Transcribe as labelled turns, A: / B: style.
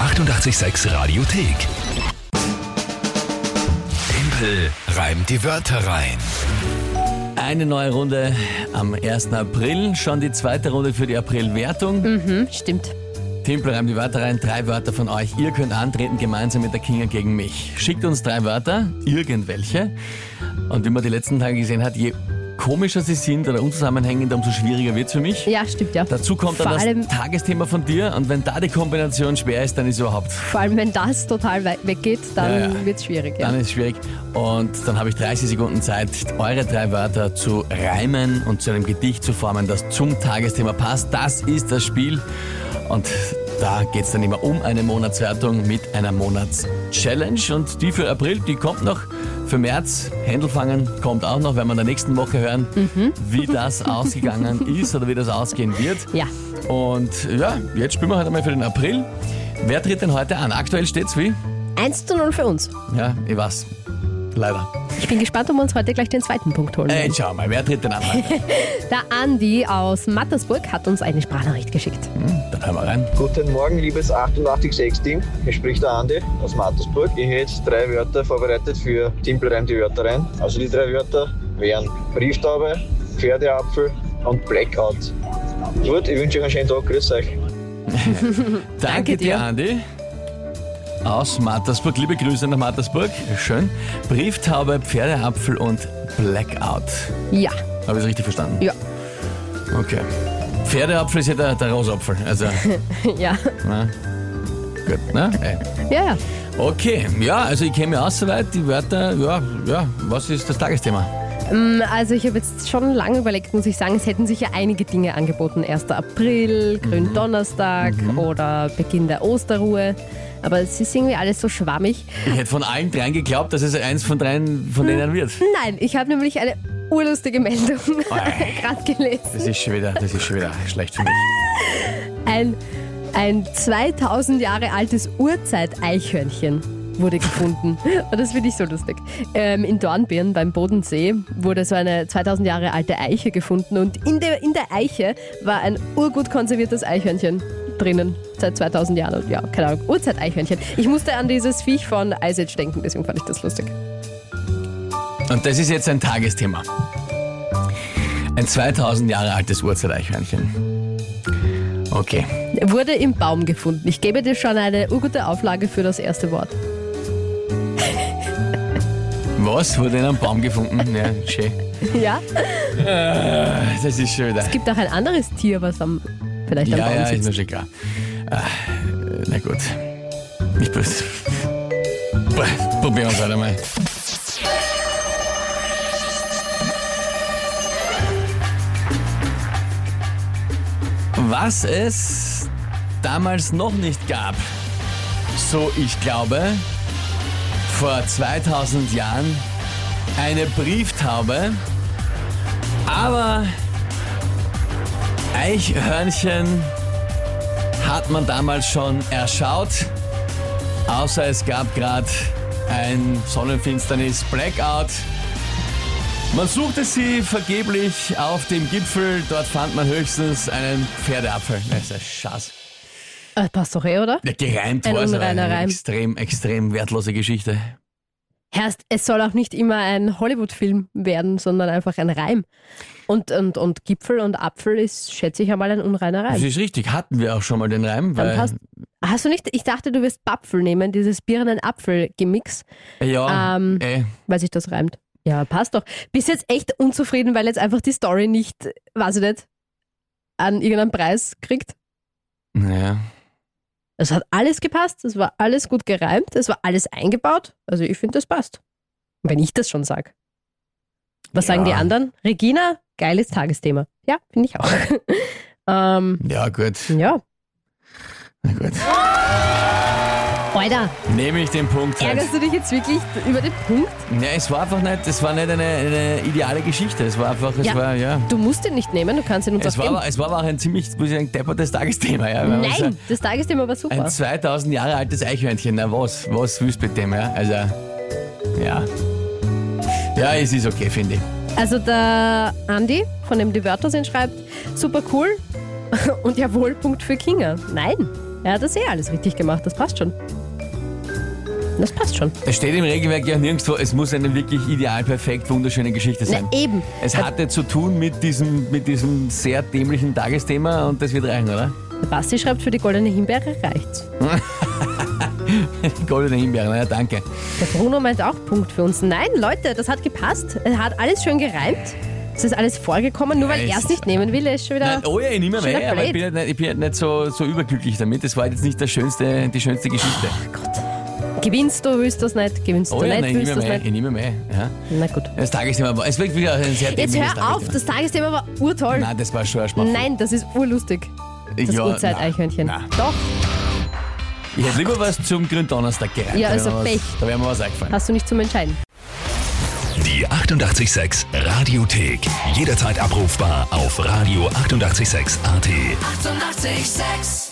A: 886 Radiothek. Tempel reimt die Wörter rein.
B: Eine neue Runde am 1. April, schon die zweite Runde für die Aprilwertung.
C: Hm, stimmt.
B: Tempel reimt die Wörter rein, drei Wörter von euch. Ihr könnt antreten gemeinsam mit der Kinga gegen mich. Schickt uns drei Wörter, irgendwelche. Und wie man die letzten Tage gesehen hat, je komischer sie sind oder unzusammenhängender, umso schwieriger wird es für mich.
C: Ja, stimmt, ja.
B: Dazu kommt
C: vor
B: dann
C: allem,
B: das Tagesthema von dir und wenn da die Kombination schwer ist, dann ist überhaupt,
C: Vor allem, wenn das total wei- weggeht, dann
B: Ja, ja.
C: wird es schwierig. Ja.
B: dann ist schwierig. Und dann habe ich 30 Sekunden Zeit, eure drei Wörter zu reimen und zu einem Gedicht zu formen, das zum Tagesthema passt. Das ist das Spiel und da geht es dann immer um eine Monatswertung mit einer Monatschallenge und die für April, die kommt noch. Für März, Händel fangen kommt auch noch, werden wir in der nächsten Woche hören,
C: Mhm.
B: wie das ausgegangen ist oder wie das ausgehen wird.
C: ja.
B: Und ja, jetzt spielen wir heute mal für den April. Wer tritt denn heute an? Aktuell steht's wie?
C: 1 zu 0 für uns.
B: Ja, ich weiß. Leider.
C: Ich bin gespannt, ob wir uns heute gleich den zweiten Punkt holen.
B: Ey,
C: werden.
B: schau mal, wer tritt denn an? heute?
C: Der Andi aus Mattersburg hat uns eine Sprachnachricht geschickt.
B: Dann hören wir rein.
D: Guten Morgen, liebes 886-Team. Hier spricht der Andi aus Mattersburg. Ich hätte drei Wörter vorbereitet für Timpel reimt die Wörter rein. Also die drei Wörter wären Brieftaube, Pferdeapfel und Blackout. Gut, ich wünsche euch einen schönen Tag. Grüß euch.
B: Danke, dir,
C: Danke dir.
B: Andi. Aus Mattersburg. Liebe Grüße nach Mattersburg. Schön. Brieftaube, Pferdeapfel und Blackout.
C: Ja,
B: Habe ich es richtig verstanden?
C: ja,
B: Okay. Pferdeapfel ist ja der, der Rosapfel. Also,
C: ja.
B: na, gut, ne? Ey.
C: Ja, ja.
B: Okay, ja, also ich käme aus soweit. Die Wörter, ja, ja, was ist das Tagesthema?
C: Mm, Also ich habe jetzt schon lange überlegt, muss ich sagen, es hätten sich ja einige Dinge angeboten. 1. April, Gründonnerstag
B: Mhm.
C: oder Beginn der Osterruhe. Aber es ist irgendwie alles so schwammig.
B: Ich hätte von allen dreien geglaubt, dass es eins von dreien von denen wird.
C: Nein, ich habe nämlich eine urlustige Meldung
B: Oi.
C: gerade gelesen.
B: Das ist schon wieder, das ist schon wieder schlecht für mich.
C: Ein, ein 2000 Jahre altes Urzeiteichhörnchen wurde gefunden. Und das finde ich so lustig. Ähm, in Dornbirn beim Bodensee wurde so eine 2000 Jahre alte Eiche gefunden und in der, in der Eiche war ein urgut konserviertes Eichhörnchen drinnen. Seit 2000 Jahren. Und Ja, keine Ahnung. Urzeiteichhörnchen. Ich musste an dieses Viech von Ice Age denken, deswegen fand ich das lustig.
B: Und das ist jetzt ein Tagesthema. Ein 2000 Jahre altes Urzeiteichhörnchen. Okay.
C: Wurde im Baum gefunden. Ich gebe dir schon eine urgute Auflage für das erste Wort.
B: Was wurde in einem Baum gefunden? Ja, schön.
C: Ja?
B: Das ist schon wieder.
C: Es gibt auch ein anderes Tier, was am, vielleicht am
B: Ja,
C: Baum
B: ja,
C: sitzt.
B: ist mir schon klar. Ah, na gut. Ich böse. Probieren wir es halt einmal. Was es damals noch nicht gab, so ich glaube, vor 2000 Jahren eine Brieftaube, aber Eichhörnchen hat man damals schon erschaut, außer es gab gerade ein Sonnenfinsternis Blackout. Man suchte sie vergeblich auf dem Gipfel, dort fand man höchstens einen Pferdeapfel. Das ist ein Schatz.
C: Ah, passt doch eh, oder?
B: Ja, gereimt
C: Ein
B: war es, aber
C: unreiner
B: eine
C: Reim.
B: extrem, extrem wertlose Geschichte.
C: Heißt, es soll auch nicht immer ein Hollywood-Film werden, sondern einfach ein Reim. Und, und, und Gipfel und Apfel ist, schätze ich einmal, ein unreiner
B: Das
C: Reim.
B: ist richtig, hatten wir auch schon mal den Reim,
C: Dann
B: weil
C: passt. Ah, Hast du nicht, ich dachte, du wirst Bapfel nehmen, dieses Birnen-Apfel-Gemix,
B: ja, eh.
C: Ähm,
B: ey,
C: weil sich das reimt. Ja, passt doch. Bist jetzt echt unzufrieden, weil jetzt einfach die Story nicht, weiß ich nicht, an irgendeinen Preis kriegt?
B: naja.
C: Es hat alles gepasst, es war alles gut gereimt, es war alles eingebaut. Also ich finde, das passt. Wenn ich das schon sage. Was
B: Ja.
C: sagen die anderen? Regina, geiles Tagesthema. Ja, finde ich auch. ähm,
B: Ja, gut.
C: ja.
B: Na gut.
C: Alter,
B: Nehme ich den Punkt. halt.
C: ärgerst du dich jetzt wirklich über den Punkt?
B: Ja, es war einfach nicht, es war nicht eine, eine ideale Geschichte. Es war einfach, es
C: Ja.
B: war, ja.
C: Du musst den nicht nehmen, du kannst ihn uns
B: Es
C: auch
B: war,
C: geben.
B: aber- es war aber auch ein ziemlich, muss ich sagen, deppertes Tagesthema. Ja, weil man so-
C: Nein, das Tagesthema war super.
B: Ein 2000 Jahre altes Eichhörnchen, na was, was willst du mit dem, ja? Also, ja. Ja, es ist okay, finde ich.
C: Also der Andi, von dem die Wörter sind, schreibt, super cool und jawohl, Punkt für Kinga. Nein, Er hat das eh alles richtig gemacht, das passt schon. Das passt schon.
B: Es steht im Regelwerk ja nirgendwo, es muss eine wirklich ideal, perfekt, wunderschöne Geschichte sein.
C: Na eben.
B: Es hatte zu tun mit diesem, mit diesem sehr dämlichen Tagesthema und das wird reichen, oder?
C: Der Basti schreibt, für die goldene Himbeere reicht's.
B: Die goldene Himbeere, naja, danke.
C: Der Bruno meint auch Punkt für uns. Nein, Leute, das hat gepasst. Es hat alles schön gereimt. Es ist alles vorgekommen, nur weil
B: Nice.
C: er es nicht nehmen will, er ist schon wieder.
B: Nein, oh ja, ich nehme
C: Schöner
B: mehr, aber ich bin
C: Blade.
B: halt nicht, ich bin halt nicht so, so überglücklich damit. Das war jetzt nicht das schönste, die schönste Geschichte.
C: Gewinnst du, willst du es nicht, gewinnst
B: Oh
C: du
B: ja,
C: nicht,
B: nein, ich
C: willst du
B: nehme
C: es
B: mehr,
C: nicht.
B: ich nehme mehr. Ja.
C: Na gut.
B: Das Tagesthema war, es wirkt wieder ein sehr
C: Jetzt
B: dämliches
C: hör auf,
B: Tagesthema.
C: das Tagesthema war urtoll.
B: Nein, das war schon ein Schmack.
C: Nein, das ist urlustig. Das Uhrzeiteichhörnchen.
B: Nein, nein.
C: Doch,
B: Ich hätte lieber was zum Gründonnerstag gereimt.
C: Ja,
B: Da
C: also
B: wäre mir was-
C: Pech.
B: Da wäre mir was eingefallen.
C: hast du nicht zum Entscheiden.
A: Die 886 Radiothek. Jederzeit abrufbar auf radio886.at. 886!
E: 886